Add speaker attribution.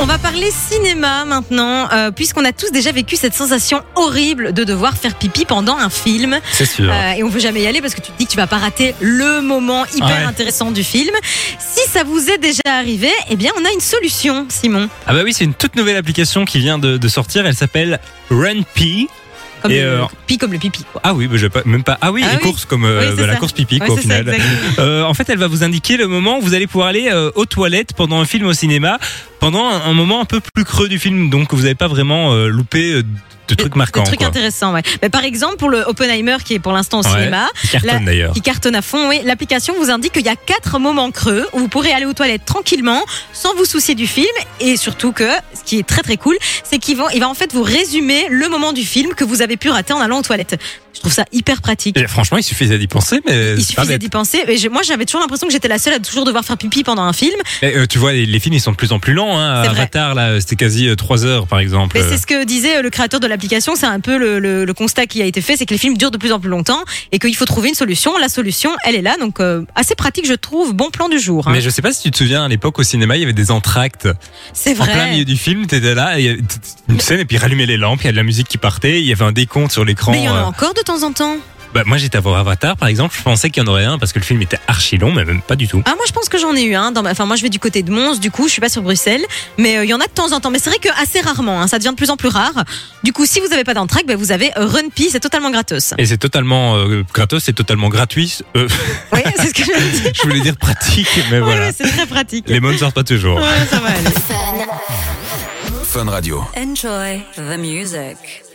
Speaker 1: On va parler cinéma maintenant, euh, puisqu'on a tous déjà vécu cette sensation horrible de devoir faire pipi pendant un film.
Speaker 2: C'est sûr.
Speaker 1: Euh, et on veut jamais y aller parce que tu te dis que tu vas pas rater le moment hyper
Speaker 2: Ouais.
Speaker 1: intéressant du film. Si ça vous est déjà arrivé, eh bien on a une solution, Simon.
Speaker 2: Ah bah oui, c'est une toute nouvelle application qui vient de, de sortir. Elle s'appelle Runpee.
Speaker 1: Comme
Speaker 2: Et
Speaker 1: le
Speaker 2: euh,
Speaker 1: pipi, comme le pipi. Quoi.
Speaker 2: Ah oui, bah j'ai pas- même pas. Ah oui,
Speaker 1: Ah
Speaker 2: les
Speaker 1: oui.
Speaker 2: courses comme euh,
Speaker 1: Oui, c'est
Speaker 2: bah, la
Speaker 1: ça.
Speaker 2: course pipi
Speaker 1: Ouais,
Speaker 2: quoi, au
Speaker 1: c'est ça,
Speaker 2: final.
Speaker 1: exactement.
Speaker 2: Euh, en fait, elle va vous indiquer le moment où vous allez pouvoir aller euh, aux toilettes pendant un film au cinéma, pendant un, un moment un peu plus creux du film, donc vous n'avez pas vraiment euh, loupé euh, de trucs marquants.
Speaker 1: Des trucs
Speaker 2: quoi.
Speaker 1: intéressants, ouais. Mais par exemple, pour le Oppenheimer qui est pour l'instant au
Speaker 2: Ouais.
Speaker 1: cinéma,
Speaker 2: Qui cartonnent,
Speaker 1: La-
Speaker 2: d'ailleurs.
Speaker 1: qui cartonne à fond, oui, l'application vous indique qu'il y a quatre moments creux où vous pourrez aller aux toilettes tranquillement, sans vous soucier du film, et surtout que, ce qui est très très cool, c'est qu'il va, il va en fait vous résumer le moment du film que vous avez pu rater en allant aux toilettes. Je trouve ça hyper pratique.
Speaker 2: Et franchement, il suffisait d'y penser, mais
Speaker 1: Il
Speaker 2: c'est pas
Speaker 1: suffisait
Speaker 2: bête.
Speaker 1: d'y penser. Mais j'ai- moi, j'avais toujours l'impression que j'étais la seule à toujours devoir faire pipi pendant un film.
Speaker 2: Eh, euh, tu vois, les, les films ils sont de plus en plus lents. Hein.
Speaker 1: C'est vrai.
Speaker 2: Avatar, là, c'était quasi 3 heures par exemple.
Speaker 1: Mais c'est ce que disait le créateur de l'application. C'est un peu le, le- le constat qui a été fait, c'est que les films durent de plus en plus longtemps et qu'il faut trouver une solution. La solution, elle est là, donc euh, assez pratique, je trouve. Bon plan du jour. hein.
Speaker 2: Mais je sais pas si tu te souviens, à l'époque au cinéma, il y avait des entractes.
Speaker 1: C'est
Speaker 2: En
Speaker 1: vrai.
Speaker 2: plein milieu du film, t'étais là, il y avait t- t- une scène, et puis rallumait les lampes, il y a de la musique qui partait, il y avait un décompte sur l'écran.
Speaker 1: Mais il y en a
Speaker 2: euh,
Speaker 1: encore de temps en temps.
Speaker 2: bah, moi j'étais à voir Avatar par exemple, je pensais qu'il y en aurait un parce que le film était archi long, mais même pas du tout.
Speaker 1: Ah moi je pense que j'en ai eu un. Dans ma- Enfin moi je vais du côté de Mons, du coup je suis pas sur Bruxelles, mais euh, il y en a de temps en temps. Mais c'est vrai que assez rarement, hein, ça devient de plus en plus rare. Du coup si vous avez pas d'entraque, ben, vous avez Runpee, c'est totalement gratos.
Speaker 2: Et c'est totalement euh, gratos, c'est totalement gratuit. Euh,
Speaker 1: Oui, c'est ce que je dis.
Speaker 2: je voulais dire pratique, mais voilà.
Speaker 1: c'est très pratique.
Speaker 2: Les mots ne sortent pas toujours.
Speaker 1: Ouais, ça va aller.
Speaker 3: Fun Radio.
Speaker 4: Enjoy the music.